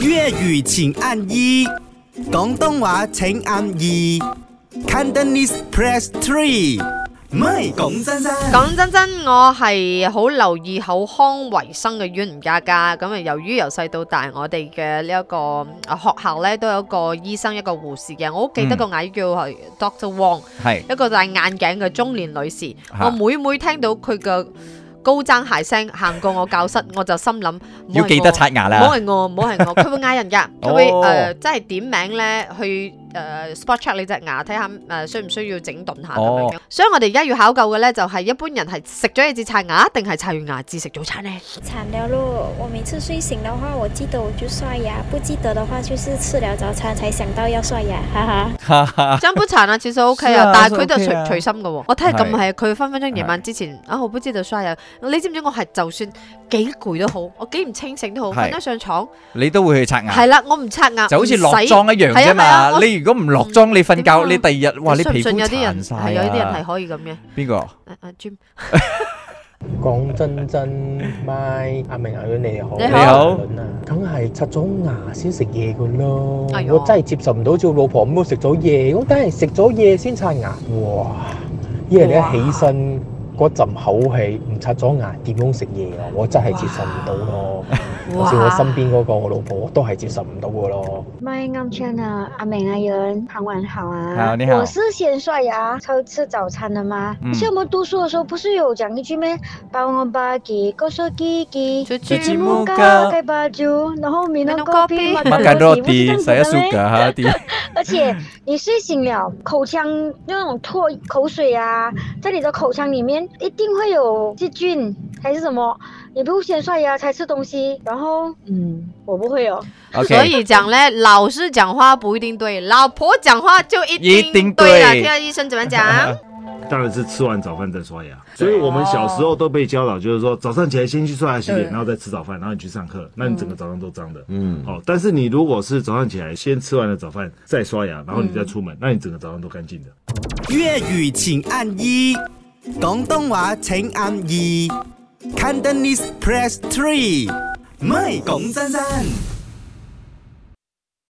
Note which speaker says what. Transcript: Speaker 1: 粤语请按一，广东话请按二，Cantonese press three。唔係講真真，
Speaker 2: 講真真，我係好留意口腔衞生嘅冤唔家家。咁啊，由於由細到大，我哋嘅呢一個啊學校咧都有一個醫生一個護士嘅。我好記得個矮叫係 Doctor Wong，
Speaker 3: 係
Speaker 2: 一個戴眼鏡嘅中年女士。
Speaker 3: 嚇
Speaker 2: 我每每聽到佢嘅高踭鞋聲行過我教室，我就心諗唔好係
Speaker 3: 要記得
Speaker 2: 我
Speaker 3: 刷牙
Speaker 2: 唔好
Speaker 3: 啦。
Speaker 2: 係我，唔好 係我，佢會嗌人㗎，佢會
Speaker 3: 哦
Speaker 2: 誒即係點名咧去誒 spot check 你隻牙，睇下誒需唔需要整頓下咁
Speaker 3: 哦
Speaker 2: 樣樣。所以我哋而家要考究嘅咧，就係一般人係食咗嘢至刷牙，定係刷完牙至食早餐咧？
Speaker 4: 惨了咯！我每次睡醒的话，我记得我就刷牙，不记得的话就是吃了早餐才想到要刷牙，哈哈。
Speaker 3: 哈哈，
Speaker 2: 真不殘啊，其 實 OK
Speaker 3: 是
Speaker 2: 啊
Speaker 3: 啊，
Speaker 2: 但係佢就
Speaker 3: 是 OK
Speaker 2: 隨
Speaker 3: 啊
Speaker 2: 隨心嘅喎。我睇係咁
Speaker 3: 係
Speaker 2: 係，佢分分鐘夜晚之前啊，我不知道刷牙。你知唔知我係就算幾攰都好，我幾唔清醒都好，
Speaker 3: 係
Speaker 2: 瞓得上床
Speaker 3: 你都會去刷牙
Speaker 2: 係，啦，我唔刷牙，
Speaker 3: 就好似落
Speaker 2: 唔洗
Speaker 3: 妝一
Speaker 2: 係
Speaker 3: 樣
Speaker 2: 啊
Speaker 3: 啫
Speaker 2: 係啊
Speaker 3: 嘛。
Speaker 2: 我
Speaker 3: 你如果唔落妝，你
Speaker 2: 點啊
Speaker 3: 瞓覺，你第二日哇，你
Speaker 2: 信唔
Speaker 3: 皮膚
Speaker 2: 信有啲人
Speaker 3: 殘
Speaker 2: 係
Speaker 3: 晒
Speaker 2: 有啲人
Speaker 3: 啊
Speaker 2: 係。可以咁嘅。
Speaker 3: 邊個？
Speaker 2: 啊啊 Jim。
Speaker 5: 講真真，my 阿明阿遠你哋好，
Speaker 2: 你好
Speaker 3: 你好
Speaker 5: 阿倫啊，梗係刷咗牙先食嘢噶咯。
Speaker 2: 哎呦
Speaker 5: 我真係接受唔到，做老婆唔好食咗嘢，我梗係食咗嘢先刷牙。哇！因為你
Speaker 2: 哇
Speaker 5: 一起身嗰陣口氣，唔刷咗牙點樣食嘢啊？我真係接受唔到咯。就
Speaker 2: 哇
Speaker 5: 算我身邊嗰個我老婆都係接受唔到噶咯。
Speaker 6: 麦啱圈啊，阿美阿人，傍晚好啊。
Speaker 3: 好你好
Speaker 6: 我是先刷牙，才吃早餐的吗？
Speaker 3: 嗯
Speaker 6: 而且我们读书的时候不是有讲一句咩？帮我把给告诉弟弟，
Speaker 2: 就就
Speaker 3: 就
Speaker 6: 木
Speaker 3: 木
Speaker 6: 嘎盖巴住，然后米诺
Speaker 2: Minum kopi
Speaker 6: 高比，
Speaker 3: 麥格羅蒂，使一蘇格哈啲，
Speaker 6: 而且你睡醒了，口腔那种唾口水啊，在你的口腔里面一定会有细菌还是什么？你不先刷牙才吃东西，然后嗯，我不会哦。
Speaker 2: 所
Speaker 3: OK，
Speaker 2: 以讲呢，老师讲话不一定对，老婆讲话就一
Speaker 3: 一定
Speaker 2: 对了。
Speaker 3: 对
Speaker 2: 听下医生怎么讲？
Speaker 7: 当然是吃完早饭再刷牙。所以我们小时候都被教导，就是说早上起来先去刷牙洗脸，然后再吃早饭，然后你去上课，那你整个早上都脏的。嗯，好、但是你如果是早上起来先吃完了早饭再刷牙，然后你再出门，那你整个早上都干净的。
Speaker 1: 粵語請按一，廣東話請按二，Cantonese press three。唔係講真真。